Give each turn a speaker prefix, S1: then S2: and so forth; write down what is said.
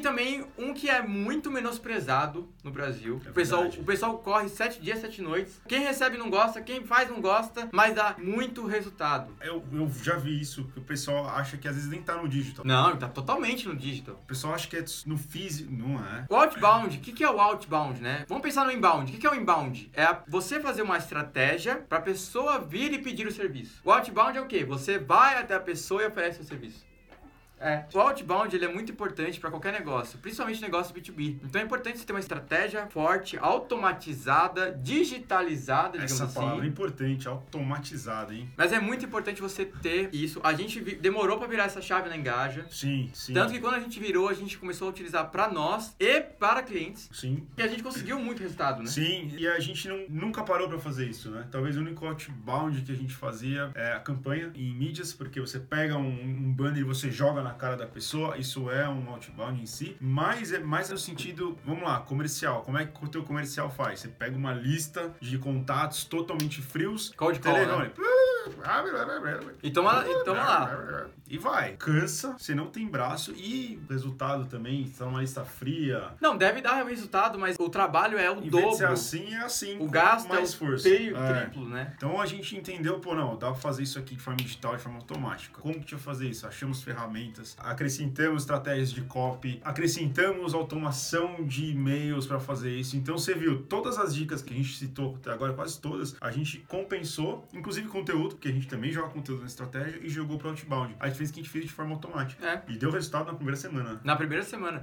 S1: também um que é muito menosprezado no Brasil.
S2: É
S1: o, pessoal,
S2: verdade.
S1: o pessoal corre sete dias, sete noites. Quem recebe não gosta, quem faz não gosta, mas dá muito resultado.
S2: Eu, eu já vi isso, que o pessoal acha que às vezes nem tá no digital.
S1: Não, tá totalmente no digital.
S2: O pessoal acha que é no físico. Não é.
S1: O outbound, o que, que é o outbound, né? Vamos pensar no inbound. O que, que é o inbound? É a- você fazer uma estratégia pra pessoa vir e pedir o serviço. O outbound é o quê? Você vai até a pessoa e oferece o serviço. É. O outbound ele é muito importante para qualquer negócio, principalmente negócio B2B. Então é importante você ter uma estratégia forte, automatizada, digitalizada, digamos
S2: Essa
S1: assim.
S2: palavra é importante, automatizada, hein?
S1: Mas é muito importante você ter isso. A gente vi- demorou pra virar essa chave na Engaja.
S2: Sim, sim.
S1: Tanto que quando a gente virou, a gente começou a utilizar pra nós e para clientes.
S2: Sim.
S1: E a gente conseguiu muito resultado, né?
S2: Sim, e a gente não, nunca parou pra fazer isso, né? Talvez o único outbound que a gente fazia é a campanha em mídias, porque você pega um, um banner e você joga na cara da pessoa, isso é um outbound em si, mas é mais no sentido, vamos lá, comercial. Como é que o teu comercial faz? Você pega uma lista de contatos totalmente frios,
S1: Cold call, né? é,
S2: telefone.
S1: E toma, Então, lá- e toma lá.
S2: E vai. Cansa, você não tem braço e resultado também, tá numa lista fria.
S1: Não, deve dar resultado, mas o trabalho é o
S2: Em vez de ser
S1: dobro.
S2: assim, é assim.
S1: O
S2: com
S1: gasto
S2: mais
S1: é o
S2: força.
S1: teio,
S2: É.
S1: triplo, né?
S2: Então a gente entendeu, pô, não, dá pra fazer isso aqui de forma digital, de forma automática. Como que tinha que fazer isso? Achamos ferramentas, acrescentamos estratégias de copy, acrescentamos automação de e-mails pra fazer isso. Então você viu, todas as dicas que a gente citou até agora, quase todas, a gente compensou, inclusive conteúdo, porque a gente também joga conteúdo na estratégia e jogou pro outbound. A diferença é que a gente fez de forma automática.
S1: É.
S2: E deu resultado na primeira semana.
S1: Na primeira semana.